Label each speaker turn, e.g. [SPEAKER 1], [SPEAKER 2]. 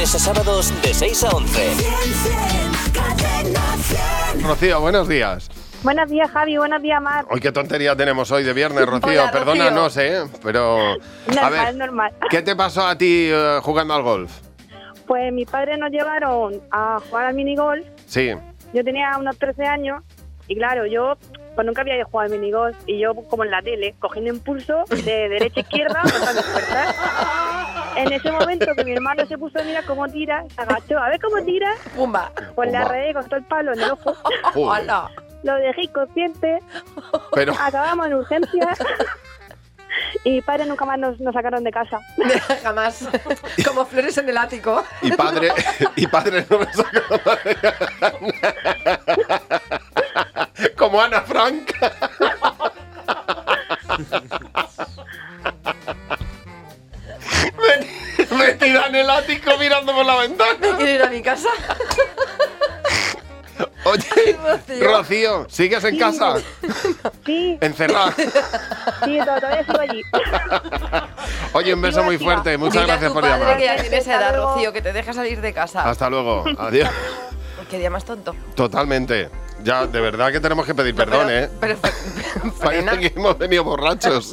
[SPEAKER 1] a sábados de 6 a 11.
[SPEAKER 2] Rocío, buenos días.
[SPEAKER 3] Buenos días, Javi. Buenos días, Mar.
[SPEAKER 2] Hoy qué tontería tenemos hoy de viernes, Rocío.
[SPEAKER 3] Hola, Rocío.
[SPEAKER 2] Perdónanos, ¿eh? Pero... a
[SPEAKER 3] Normal,
[SPEAKER 2] ver,
[SPEAKER 3] normal.
[SPEAKER 2] ¿qué te pasó a ti eh, jugando al golf?
[SPEAKER 3] Pues mis padres nos llevaron a jugar al minigolf.
[SPEAKER 2] Sí.
[SPEAKER 3] Yo tenía unos 13 años y claro, yo pues nunca había jugado al minigolf y yo como en la tele, cogiendo impulso de derecha a izquierda pues, para despertar. En ese momento que mi hermano se puso a mirar cómo tira, se agachó a ver cómo tira,
[SPEAKER 4] Pumba.
[SPEAKER 3] pues la
[SPEAKER 2] Pumba.
[SPEAKER 3] regué con todo el palo en el ojo,
[SPEAKER 2] Joder.
[SPEAKER 4] Hola.
[SPEAKER 3] lo dejé inconsciente,
[SPEAKER 2] Pero,
[SPEAKER 3] acabamos en urgencias y mis padres nunca más nos, nos sacaron de casa.
[SPEAKER 4] Jamás. Como flores en el ático.
[SPEAKER 2] y padre, y padre no me sacó Como Ana Frank. Me- Metida en el ático mirando por la ventana.
[SPEAKER 4] Me quiero ir a mi casa.
[SPEAKER 2] Oye,
[SPEAKER 4] Rocío.
[SPEAKER 2] Rocío, ¿sigues en casa?
[SPEAKER 3] Sí,
[SPEAKER 2] Encerrada.
[SPEAKER 3] sí, to- todavía sigo allí.
[SPEAKER 2] Oye, un beso muy fuerte. y Muchas
[SPEAKER 4] Dile a
[SPEAKER 2] gracias
[SPEAKER 4] tu
[SPEAKER 2] por
[SPEAKER 4] padre
[SPEAKER 2] llamar.
[SPEAKER 4] Que ya tiene esa edad,
[SPEAKER 3] Hasta luego.
[SPEAKER 4] Rocío, que te deja salir de casa.
[SPEAKER 2] Hasta luego. Adiós.
[SPEAKER 4] Qué día más tonto.
[SPEAKER 2] Totalmente. Ya, de verdad que tenemos que pedir
[SPEAKER 4] No,
[SPEAKER 2] perdón,
[SPEAKER 4] pero-
[SPEAKER 2] ¿eh?
[SPEAKER 4] Pero, frena.
[SPEAKER 2] Parece que hemos venido borrachos.